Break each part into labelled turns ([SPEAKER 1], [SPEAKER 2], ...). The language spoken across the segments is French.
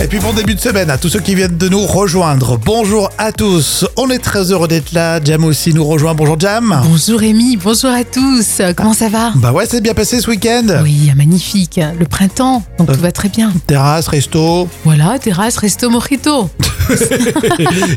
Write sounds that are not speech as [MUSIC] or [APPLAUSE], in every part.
[SPEAKER 1] Et puis bon début de semaine à tous ceux qui viennent de nous rejoindre. Bonjour à tous. On est très heureux d'être là. Jam aussi nous rejoint. Bonjour Jam.
[SPEAKER 2] Bonjour Rémi, bonjour à tous. Comment ça va
[SPEAKER 1] Bah ouais, c'est bien passé ce week-end.
[SPEAKER 2] Oui, magnifique. Le printemps, donc tout va très bien.
[SPEAKER 1] Terrasse, resto, [LAUGHS]
[SPEAKER 2] Voilà, terrasse, resto, mojito.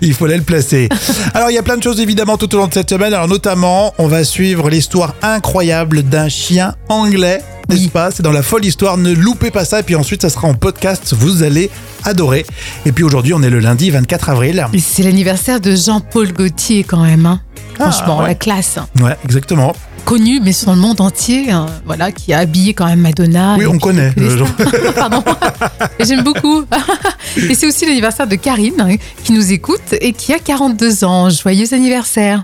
[SPEAKER 1] il fallait le placer. Alors il y a plein de choses évidemment tout au long de cette semaine. Alors notamment, on va suivre l'histoire incroyable d'un chien anglais. N'est-ce
[SPEAKER 2] Oui.
[SPEAKER 1] pas C'est dans la folle histoire. Ne loupez pas ça. Et puis ensuite, ça sera en podcast. Vous allez adorer. Et puis aujourd'hui, on est le lundi 24 avril.
[SPEAKER 2] Et C'est l'anniversaire de Jean-Paul Gaultier quand même. hein.
[SPEAKER 1] Ah,
[SPEAKER 2] Franchement,
[SPEAKER 1] ouais.
[SPEAKER 2] la classe. hein.
[SPEAKER 1] Ouais, exactement.
[SPEAKER 2] Connu, mais sur le monde entier, hein. voilà, qui a habillé quand même Madonna.
[SPEAKER 1] Oui,
[SPEAKER 2] Et
[SPEAKER 1] on
[SPEAKER 2] puis,
[SPEAKER 1] connaît.
[SPEAKER 2] les
[SPEAKER 1] euh, Jean-
[SPEAKER 2] Pardon. Et
[SPEAKER 1] [LAUGHS]
[SPEAKER 2] J'aime beaucoup. et c'est aussi l'anniversaire de Karine, hein, qui nous écoute et qui a 42 ans. Joyeux anniversaire.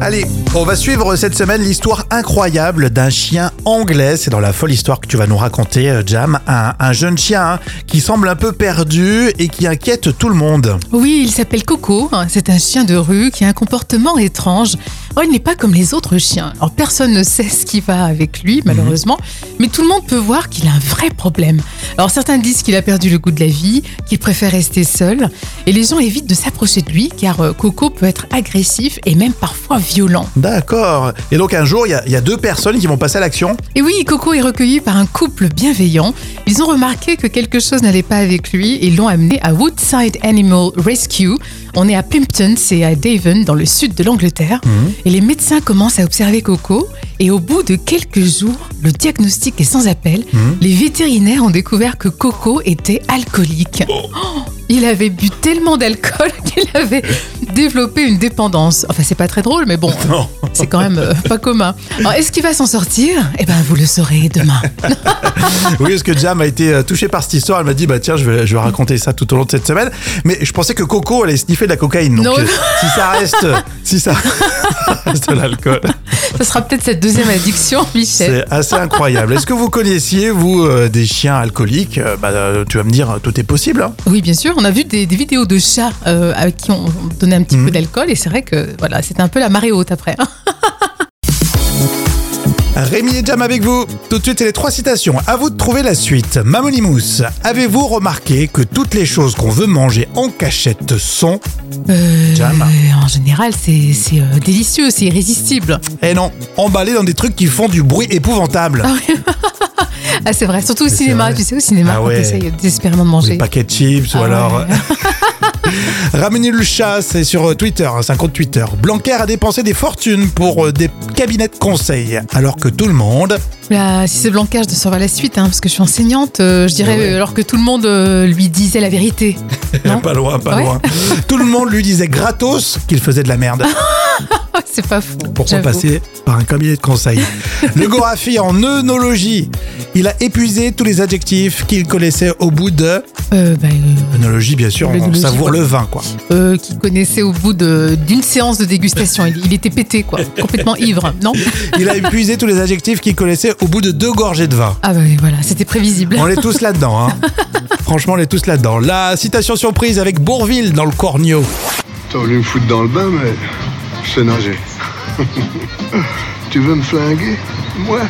[SPEAKER 1] Allez, on va suivre cette semaine l'histoire incroyable d'un chien anglais. C'est dans la folle histoire que tu vas nous raconter, euh, Jam. Un, un jeune chien hein, qui semble un peu perdu et qui inquiète tout le monde.
[SPEAKER 2] Oui, il s'appelle Coco. hein. C'est un chien de rue qui a un comportement étrange. Oh, il n'est pas comme les autres chiens. Alors, personne ne sait ce qui va avec lui, malheureusement. Mais tout le monde peut voir qu'il a un vrai problème. Alors, certains disent qu'il a perdu le goût de la vie, qu'il préfère rester seul. Et les gens évitent de s'approcher de lui, car euh, Coco peut être agressif et même parfois violent.
[SPEAKER 1] D'accord. Et donc un jour, il y a- il y, a deux personnes qui vont passer à l'action.
[SPEAKER 2] Et oui, Coco est recueilli par un couple bienveillant. Ils ont remarqué que quelque chose n'allait pas avec lui et l'ont amené à Woodside Animal Rescue. On est à Pimpton, c'est à Devon, dans le sud de l'Angleterre. Et les médecins commencent à observer Coco. Et au bout de quelques jours, le diagnostic est sans appel. Les vétérinaires ont découvert que Coco était alcoolique. Oh, il avait bu tellement d'alcool [LAUGHS] qu'il avait développé une dépendance. Enfin, c'est pas très drôle, mais bon.
[SPEAKER 1] Non.
[SPEAKER 2] C'est quand même euh, pas commun. Alors, est-ce qu'il va s'en sortir Eh ben, vous le saurez demain.
[SPEAKER 1] [LAUGHS] Oui, parce que Jam a été euh, touchée par cette histoire. Elle m'a dit, bah tiens, je vais, je vais raconter ça tout au long de cette semaine. Mais je pensais que Coco allait sniffer de la cocaïne. Donc
[SPEAKER 2] Non.
[SPEAKER 1] euh, si ça [LAUGHS] reste, si ça reste de l'alcool.
[SPEAKER 2] Ça sera peut-être cette deuxième addiction, [LAUGHS] Michel.
[SPEAKER 1] C'est assez incroyable. Est-ce que vous connaissiez, vous, euh, des chiens alcooliques Euh, bah, euh, Tu vas me dire, tout est possible. hein.
[SPEAKER 2] Oui, bien sûr. On a vu des, des vidéos de chats euh, à qui on donnait un petit
[SPEAKER 1] Mhm.
[SPEAKER 2] peu d'alcool et c'est vrai que voilà, c'était un peu la marée haute après. hein.
[SPEAKER 1] Rémi et Jam avec vous. Tout de suite, c'est les trois citations. À vous de trouver la suite. Mamonimous, avez-vous remarqué que toutes les choses qu'on veut manger en cachette sont...
[SPEAKER 2] Euh,
[SPEAKER 1] Jam.
[SPEAKER 2] en général, c'est c'est, euh, délicieux, c'est irrésistible.
[SPEAKER 1] Eh non, emballées dans des trucs qui font du bruit épouvantable.
[SPEAKER 2] Ah, c'est vrai. Surtout au
[SPEAKER 1] c'est
[SPEAKER 2] cinéma.
[SPEAKER 1] vrai.
[SPEAKER 2] Tu sais, au cinéma,
[SPEAKER 1] Ah
[SPEAKER 2] on
[SPEAKER 1] ouais.
[SPEAKER 2] essaye désespérément de
[SPEAKER 1] Des
[SPEAKER 2] manger.
[SPEAKER 1] paquets de chips ou
[SPEAKER 2] Ah ouais.
[SPEAKER 1] alors... euh, [LAUGHS] Ramenez le chat, c'est sur euh, Twitter, hein, c'est un compte Twitter. Blanquer a dépensé des fortunes pour euh, des cabinets de conseil, alors que tout le monde
[SPEAKER 2] Là, si c'est Blanca, je dois savoir la suite, hein, parce que je suis enseignante. euh, je dirais,
[SPEAKER 1] Ah Ouais, ouais.
[SPEAKER 2] alors que tout le monde euh, lui disait la vérité. [LAUGHS] Non
[SPEAKER 1] Eh, Pas loin, pas
[SPEAKER 2] Ouais. [LAUGHS]
[SPEAKER 1] loin. Tout le monde lui disait gratos qu'il faisait de la merde.
[SPEAKER 2] Ah, c'est pas fou.
[SPEAKER 1] Pourquoi
[SPEAKER 2] j'avoue.
[SPEAKER 1] passer par un cabinet de
[SPEAKER 2] [LAUGHS]
[SPEAKER 1] conseil Le Gorafi en œnologie. Il a épuisé tous les adjectifs qu'il connaissait au bout de.
[SPEAKER 2] euh, bah, euh,
[SPEAKER 1] Œnologie, bien sûr, on
[SPEAKER 2] Œnologie,
[SPEAKER 1] savoure
[SPEAKER 2] quoi.
[SPEAKER 1] le vin, quoi.
[SPEAKER 2] euh, qui connaissait au bout de- d'une séance de dégustation. Il, il était pété, quoi. Complètement ivre, non
[SPEAKER 1] Il a épuisé tous les adjectifs qu'il connaissait au bout de deux gorgées de vin.
[SPEAKER 2] Ah, bah oui, voilà, c'était prévisible.
[SPEAKER 1] On est tous là-dedans,
[SPEAKER 2] [LAUGHS]
[SPEAKER 1] hein. Franchement, on est tous là-dedans. La citation surprise avec Bourville dans le Cornio.
[SPEAKER 3] T'as voulu me foutre dans le bain, mais je sais nager. [LAUGHS] tu veux me flinguer Moi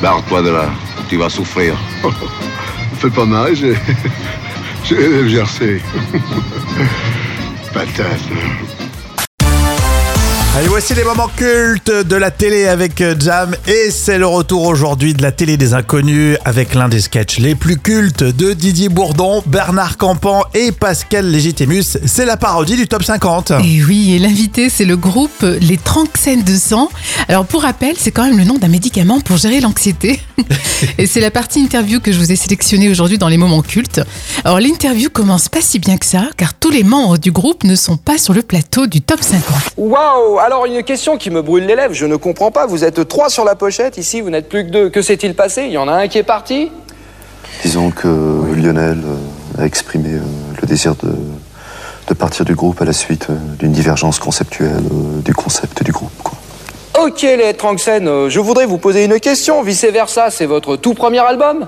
[SPEAKER 4] Barre-toi de là, tu vas souffrir.
[SPEAKER 3] Me [LAUGHS] Fais pas marrer, j'ai... [LAUGHS] j'ai le jersey. [LAUGHS] Patate. hein.
[SPEAKER 1] Allez, voici les moments cultes de la télé avec euh, Jam. Et c'est le retour aujourd'hui de la télé des inconnus avec l'un des sketchs les plus cultes de Didier Bourdon, Bernard Campan et Pascal Légitimus. C'est la parodie du top
[SPEAKER 2] [LAUGHS]
[SPEAKER 1] 50.
[SPEAKER 2] Et oui, et l'invité, c'est le groupe Les Tranxènes de sang. Alors, pour rappel, c'est quand même le nom d'un médicament pour gérer l'anxiété. et c'est la partie interview que je vous ai sélectionnée aujourd'hui dans les moments cultes. Alors, l'interview commence pas si bien que ça, car tous les membres du groupe ne sont pas sur le plateau du top 50.
[SPEAKER 5] Waouh Alors une question qui me brûle les lèvres, je ne comprends pas, vous êtes trois sur la pochette, ici vous n'êtes plus que deux, que s'est-il passé Il y en a un qui est parti
[SPEAKER 6] Disons que Lionel euh, a exprimé euh, le désir de, de partir du groupe à la suite euh, d'une divergence conceptuelle euh, du concept du groupe. quoi.
[SPEAKER 5] Ok les Tranxen, euh, je voudrais vous poser une question, vice-versa, c'est votre tout premier album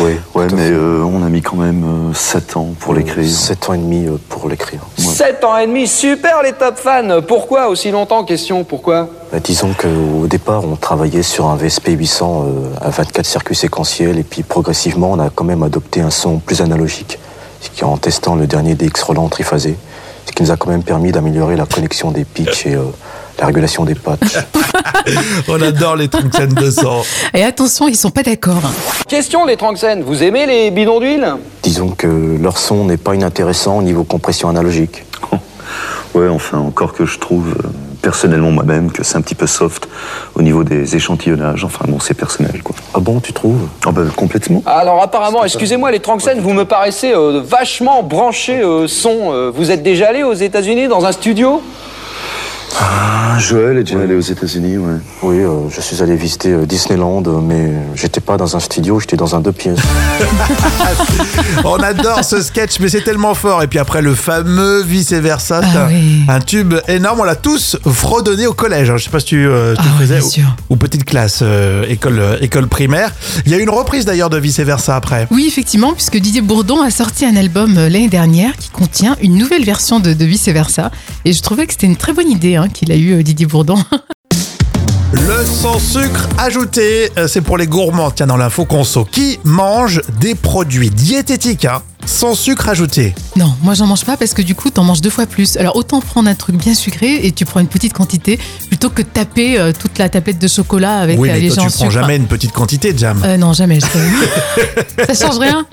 [SPEAKER 6] Ouais, mais euh, on a mis quand même 7 ans pour l'écrire.
[SPEAKER 7] 7 ans et demi euh, pour l'écrire.
[SPEAKER 6] Ouais.
[SPEAKER 5] 7 ans et demi, super les top fans. Pourquoi aussi longtemps Question, pourquoi
[SPEAKER 7] Bah, disons qu'au départ, on travaillait sur un VSP 800 euh, à 24 circuits séquentiels, et puis progressivement, on a quand même adopté un son plus analogique, ce qui en testant le dernier DX Roland triphasé, ce qui nous a quand même permis d'améliorer la connexion des pitchs et euh, la régulation des patchs.
[SPEAKER 1] On adore les Trinxen 200.
[SPEAKER 2] Et attention, ils sont pas d'accord.
[SPEAKER 5] Question les Tranxen, vous aimez les bidons d'huile
[SPEAKER 7] Disons que leur son n'est pas inintéressant au niveau compression analogique.
[SPEAKER 6] Ouais, enfin, encore que je trouve euh, personnellement moi-même que c'est un petit peu soft au niveau des échantillonnages. Enfin, bon, c'est personnel, quoi.
[SPEAKER 7] Ah bon, tu trouves
[SPEAKER 6] Ah bah, complètement.
[SPEAKER 5] Alors apparemment, excusez-moi les Tranxen, vous me paraissez euh, vachement branché euh, son. Euh, vous êtes déjà allé aux États-Unis dans un studio
[SPEAKER 6] Ah, Joël est déjà allé aux États-Unis, ouais.
[SPEAKER 7] Oui, euh, je suis allé visiter euh, Disneyland, euh, mais j'étais pas dans un studio, j'étais dans un deux pièces.
[SPEAKER 1] On adore ce sketch, mais c'est tellement fort. Et puis après, le fameux vice-versa, c'est
[SPEAKER 2] Ah
[SPEAKER 1] un-
[SPEAKER 2] oui.
[SPEAKER 1] un tube énorme. On l'a tous fredonné au collège. hein. Je sais pas si tu, euh, tu
[SPEAKER 2] Ah
[SPEAKER 1] le
[SPEAKER 2] oui,
[SPEAKER 1] faisais.
[SPEAKER 2] bien sûr.
[SPEAKER 1] Ou, ou petite classe, euh, école, euh, école primaire. Il y a eu une reprise d'ailleurs de vice-versa après.
[SPEAKER 2] Oui, effectivement, puisque Didier Bourdon a sorti un album euh, l'année dernière qui contient une nouvelle version de, de Vice Versa. Et je trouvais que c'était une très bonne idée hein, qu'il a eu euh, Didier Bourdon. [LAUGHS]
[SPEAKER 1] Le sans sucre ajouté, euh, c'est pour les gourmands. Tiens, dans l'info conso, qui mange des produits diététiques hein, sans sucre ajouté
[SPEAKER 2] non, moi j'en mange pas parce que du coup t'en manges deux fois plus. Alors autant prendre un truc bien sucré et tu prends une petite quantité plutôt que de taper euh, toute la tablette de chocolat avec
[SPEAKER 1] Oui,
[SPEAKER 2] euh,
[SPEAKER 1] mais
[SPEAKER 2] les
[SPEAKER 1] toi,
[SPEAKER 2] gens
[SPEAKER 1] tu prends jamais une petite quantité, Jam.
[SPEAKER 2] Euh, non, jamais. je [LAUGHS] te- Ça change rien.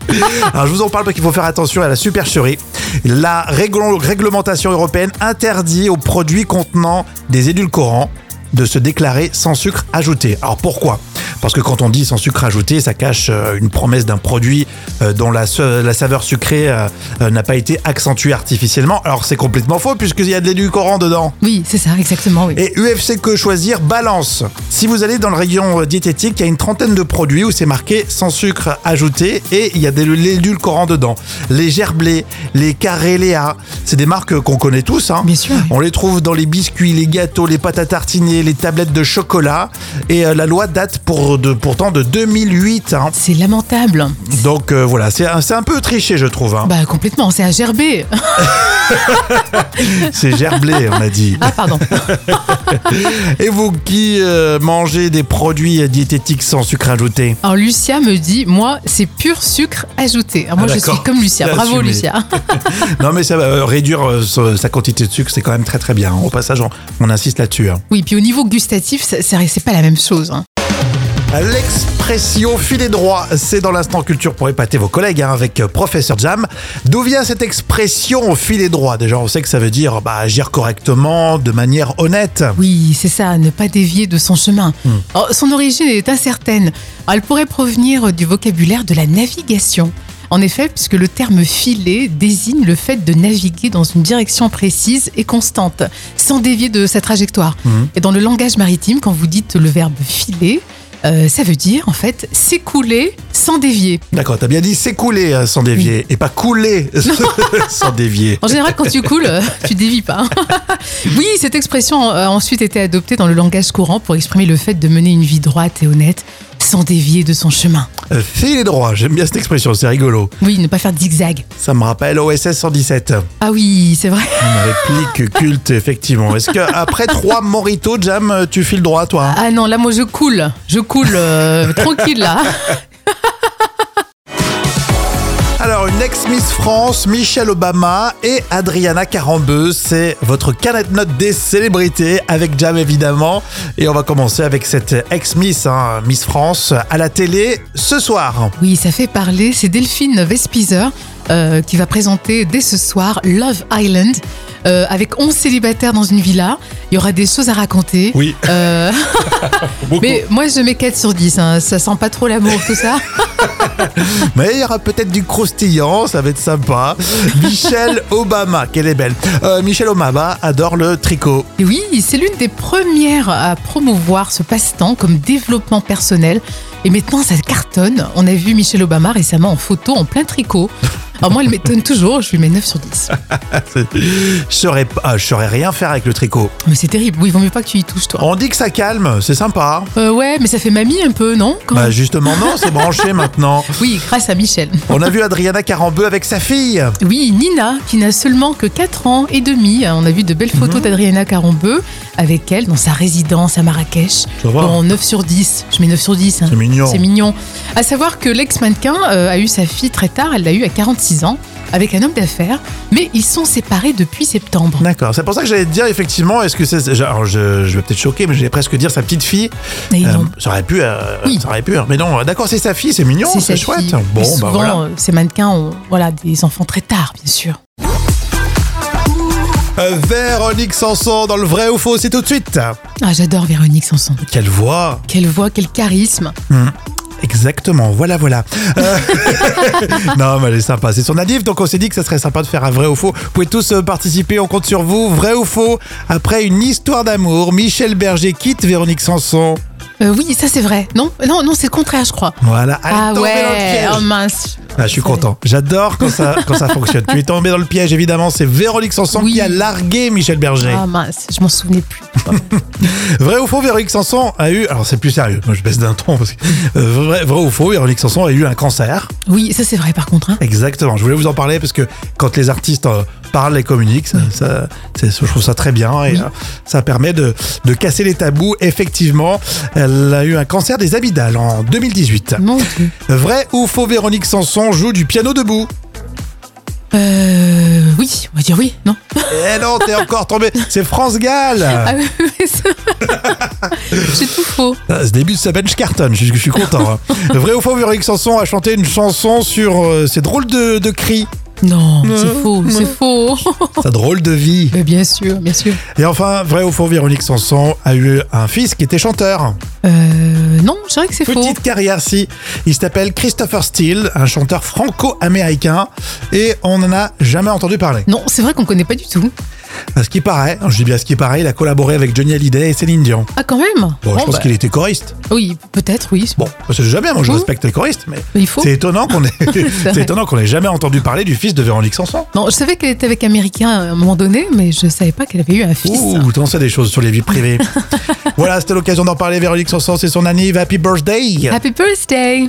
[SPEAKER 1] Alors je vous en parle parce qu'il faut faire attention à la supercherie. La réglo- réglementation européenne interdit aux produits contenant des édulcorants de se déclarer sans sucre ajouté. Alors pourquoi Parce que quand on dit sans sucre ajouté, ça cache euh, une promesse d'un produit euh, dont la, se- la saveur sucrée euh, euh, n'a pas été accentuée artificiellement. Alors c'est complètement faux puisqu'il y a de l'édulcorant dedans.
[SPEAKER 2] Oui, c'est ça, exactement. Oui.
[SPEAKER 1] Et UFC Que Choisir balance. Si vous allez dans le rayon euh, diététique, il y a une trentaine de produits où c'est marqué sans sucre ajouté et il y a de l'édulcorant dedans. Les gerblés, les caréléas, c'est des marques qu'on connaît tous. hein.
[SPEAKER 2] Bien sûr.
[SPEAKER 1] On les trouve dans les biscuits, les gâteaux, les pâtes à tartiner, les tablettes de chocolat. Et euh, la loi date pour de, pourtant de 2008. hein.
[SPEAKER 2] C'est lamentable.
[SPEAKER 1] Donc euh, voilà, c'est un, c'est un peu triché, je trouve.
[SPEAKER 2] [LAUGHS]
[SPEAKER 1] hein.
[SPEAKER 2] Bah complètement, c'est à gerber.
[SPEAKER 1] C'est gerblé, on a dit.
[SPEAKER 2] Ah pardon.
[SPEAKER 1] Et vous qui euh, mangez des produits diététiques sans sucre ajouté
[SPEAKER 2] Alors Lucia me dit, moi c'est pur sucre ajouté. Alors, moi
[SPEAKER 1] Ah,
[SPEAKER 2] je
[SPEAKER 1] d'accord.
[SPEAKER 2] suis comme Lucia.
[SPEAKER 1] T'as
[SPEAKER 2] Bravo
[SPEAKER 1] assumé.
[SPEAKER 2] Lucia. [LAUGHS]
[SPEAKER 1] Non mais ça va euh, réduire euh, ce- sa quantité de sucre, c'est quand même très très bien. Au passage, on, on insiste là-dessus. hein.
[SPEAKER 2] Oui, puis au niveau gustatif, ça- ça- c'est pas la même chose. hein.
[SPEAKER 1] L'expression filet droit, c'est dans l'instant culture pour épater vos collègues hein, avec euh, Professeur Jam. D'où vient cette expression filet droit Déjà, on sait que ça veut dire bah, agir correctement, de manière honnête.
[SPEAKER 2] Oui, c'est ça, ne pas dévier de son chemin.
[SPEAKER 1] Hmm.
[SPEAKER 2] Alors, son origine est incertaine. Alors, elle pourrait provenir du vocabulaire de la navigation. En effet, puisque le terme filer désigne le fait de naviguer dans une direction précise et constante, sans dévier de sa trajectoire.
[SPEAKER 1] Hmm.
[SPEAKER 2] Et dans le langage maritime, quand vous dites le verbe filer, euh, ça veut dire en fait s'écouler sans dévier.
[SPEAKER 1] D'accord, t'as bien dit s'écouler euh, sans dévier et pas couler [LAUGHS] sans dévier.
[SPEAKER 2] En général, quand tu coules, euh, tu dévis pas. [LAUGHS] oui, cette expression a ensuite été adoptée dans le langage courant pour exprimer le fait de mener une vie droite et honnête sans dévier de son chemin.
[SPEAKER 1] Euh, Filet droit, j'aime bien cette expression, c'est rigolo.
[SPEAKER 2] Oui, ne pas faire de zigzag.
[SPEAKER 1] Ça me rappelle OSS 117.
[SPEAKER 2] Ah oui, c'est vrai.
[SPEAKER 1] Une réplique culte, effectivement. Est-ce que après trois moritos, Jam, euh, tu files droit, toi
[SPEAKER 2] Ah non, là, moi, je coule. Je coule euh, tranquille, là.
[SPEAKER 1] Alors, une ex-Miss France, Michelle Obama et Adriana Carambeuse, c'est votre canette note des célébrités avec Jam évidemment. Et on va commencer avec cette ex-Miss, hein, Miss France, à la télé ce soir.
[SPEAKER 2] Oui, ça fait parler. C'est Delphine Vespizer euh, qui va présenter dès ce soir Love Island. euh, avec 11 célibataires dans une villa, il y aura des choses à raconter.
[SPEAKER 1] Oui.
[SPEAKER 2] Euh, [LAUGHS] mais moi je mets 4 sur 10, hein. ça sent pas trop l'amour tout ça.
[SPEAKER 1] Mais il y aura peut-être du croustillant, ça va être sympa. Michelle [LAUGHS] Obama, qu'elle est belle. Euh, Michelle Obama adore le tricot. [LAUGHS]
[SPEAKER 2] Et oui, c'est l'une des premières à promouvoir ce passe-temps comme développement personnel. Et maintenant, ça cartonne. On a vu Michelle Obama récemment en photo en plein tricot. Alors moi, elle m'étonne toujours, je lui mets 9 sur 10.
[SPEAKER 1] Je saurais pas- ah, je saurais rien faire avec le tricot.
[SPEAKER 2] Mais c'est terrible, oui, vaut mieux pas que tu y touches, toi.
[SPEAKER 1] On dit que ça calme, c'est sympa.
[SPEAKER 2] Euh, ouais, mais ça fait mamie un peu, non Quand-
[SPEAKER 1] Bah justement non, c'est
[SPEAKER 2] [LAUGHS]
[SPEAKER 1] branché maintenant.
[SPEAKER 2] Oui, grâce à Michel.
[SPEAKER 1] On a vu Adriana Carambeu avec sa fille.
[SPEAKER 2] Oui, Nina, qui n'a seulement que 4 ans et demi. On a vu de belles
[SPEAKER 1] Mhm.
[SPEAKER 2] photos d'Adriana Carambeu avec elle dans sa résidence à Marrakech.
[SPEAKER 1] Ça va.
[SPEAKER 2] Bon, 9 sur 10. Je mets 9 sur 10. hein.
[SPEAKER 1] C'est mignon.
[SPEAKER 2] C'est mignon. À savoir que l'ex-mannequin euh, a eu sa fille très tard. Elle l'a eu à 46 ans avec un homme d'affaires. Mais ils sont séparés depuis septembre.
[SPEAKER 1] D'accord, c'est pour ça que j'allais te dire effectivement, est-ce que c'est... alors, je, je vais peut-être choquer, mais j'allais presque dire sa petite fille.
[SPEAKER 2] Mais ils
[SPEAKER 1] Euh,
[SPEAKER 2] l'ont-
[SPEAKER 1] ça aurait pu, euh,
[SPEAKER 2] Oui.
[SPEAKER 1] ça aurait pu. hein. Mais non, euh, d'accord, c'est sa fille, c'est mignon,
[SPEAKER 2] sa
[SPEAKER 1] c'est
[SPEAKER 2] fille.
[SPEAKER 1] chouette.
[SPEAKER 2] Puis
[SPEAKER 1] Bon, bah
[SPEAKER 2] souvent,
[SPEAKER 1] voilà.
[SPEAKER 2] euh, ces mannequins ont voilà, des enfants très tard, bien sûr.
[SPEAKER 1] Euh, Véronique Sanson dans le vrai ou faux, c'est tout de suite.
[SPEAKER 2] Ah, j'adore Véronique Sanson.
[SPEAKER 1] Quelle voix
[SPEAKER 2] Quelle voix, quel charisme.
[SPEAKER 1] Exactement, voilà, voilà. Euh, [LAUGHS] non, mais elle est sympa. C'est son adif, donc on s'est dit que ça serait sympa de faire un vrai ou faux. Vous pouvez tous euh, participer, on compte sur vous. Vrai ou faux Après une histoire d'amour, Michel Berger quitte Véronique Sanson.
[SPEAKER 2] Euh, oui, ça c'est vrai. Non, non, non, c'est le contraire, je crois.
[SPEAKER 1] Voilà, elle est
[SPEAKER 2] Ah
[SPEAKER 1] tombée dans le
[SPEAKER 2] ouais,
[SPEAKER 1] piège.
[SPEAKER 2] oh mince.
[SPEAKER 1] Ah, je suis content. J'adore quand ça, quand ça fonctionne. Tu es tombé dans le piège, évidemment. C'est Véronique Sanson
[SPEAKER 2] Oui.
[SPEAKER 1] qui a largué Michel Berger.
[SPEAKER 2] Ah mince, je m'en souvenais plus.
[SPEAKER 1] Vrai ou faux, Véronique Sanson a eu. Alors, c'est plus sérieux. Moi, je baisse d'un ton. Parce que, Euh, vrai, vrai ou faux, Véronique Sanson a eu un cancer.
[SPEAKER 2] Oui, ça c'est vrai
[SPEAKER 1] [LAUGHS]
[SPEAKER 2] par contre. hein.
[SPEAKER 1] Exactement. Je voulais vous en parler parce que quand les artistes euh, parlent et communiquent, ça, ça- c'est- je trouve ça très bien et euh, ça permet de, de casser les tabous. Effectivement, elle a eu un cancer des amygdales en 2018.
[SPEAKER 2] Mon Dieu.
[SPEAKER 1] Vrai ou faux, Véronique Sanson joue du piano debout.
[SPEAKER 2] Euh, oui, on va dire oui, non
[SPEAKER 1] Eh non, t'es encore
[SPEAKER 2] [LAUGHS]
[SPEAKER 1] tombé. C'est France Gall.
[SPEAKER 2] Ah [LAUGHS] oui, oui, ça-
[SPEAKER 1] [LAUGHS]
[SPEAKER 2] J'ai tout faux.
[SPEAKER 1] Ah, Ce début de sa bench carton, je, je suis content.
[SPEAKER 2] [LAUGHS]
[SPEAKER 1] hein. Vrai ou faux, Véronique Sanson a chanté une chanson sur euh, ses drôles de, de cris,
[SPEAKER 2] Non, c'est faux, c'est faux.
[SPEAKER 1] [LAUGHS] sa drôle de vie.
[SPEAKER 2] Mais bien sûr, bien sûr.
[SPEAKER 1] Et enfin, vrai ou faux, Véronique Sanson a eu un fils qui était chanteur.
[SPEAKER 2] Euh, non, je dirais que c'est faux.
[SPEAKER 1] Petite carrière, si. Il s'appelle Christopher Steele, un chanteur franco-américain, et on n'en a jamais entendu parler.
[SPEAKER 2] Non, c'est vrai qu'on connaît pas du tout.
[SPEAKER 1] À ce qui paraît, je dis bien à ce qui paraît, il a collaboré avec Johnny Hallyday et Céline Dion.
[SPEAKER 2] Ah quand même
[SPEAKER 1] Bon, je
[SPEAKER 2] Bon,
[SPEAKER 1] pense
[SPEAKER 2] bah,
[SPEAKER 1] qu'il était choriste.
[SPEAKER 2] Oui, peut-être, oui.
[SPEAKER 1] Bon, je sais jamais, moi je
[SPEAKER 2] Mmh.
[SPEAKER 1] respecte les choristes, mais
[SPEAKER 2] Il faut.
[SPEAKER 1] c'est étonnant qu'on ait, c'est
[SPEAKER 2] vrai.
[SPEAKER 1] étonnant qu'on ait jamais entendu parler du fils de Véronique Sanson.
[SPEAKER 2] Non, je savais qu'elle était avec Américain à un moment donné, mais je savais pas qu'elle avait eu un fils.
[SPEAKER 1] Ouh, t'en sais des choses sur les vies privées. voilà, c'était l'occasion d'en parler. Véronique Sanson, c'est son anniv. Happy birthday!
[SPEAKER 2] Happy birthday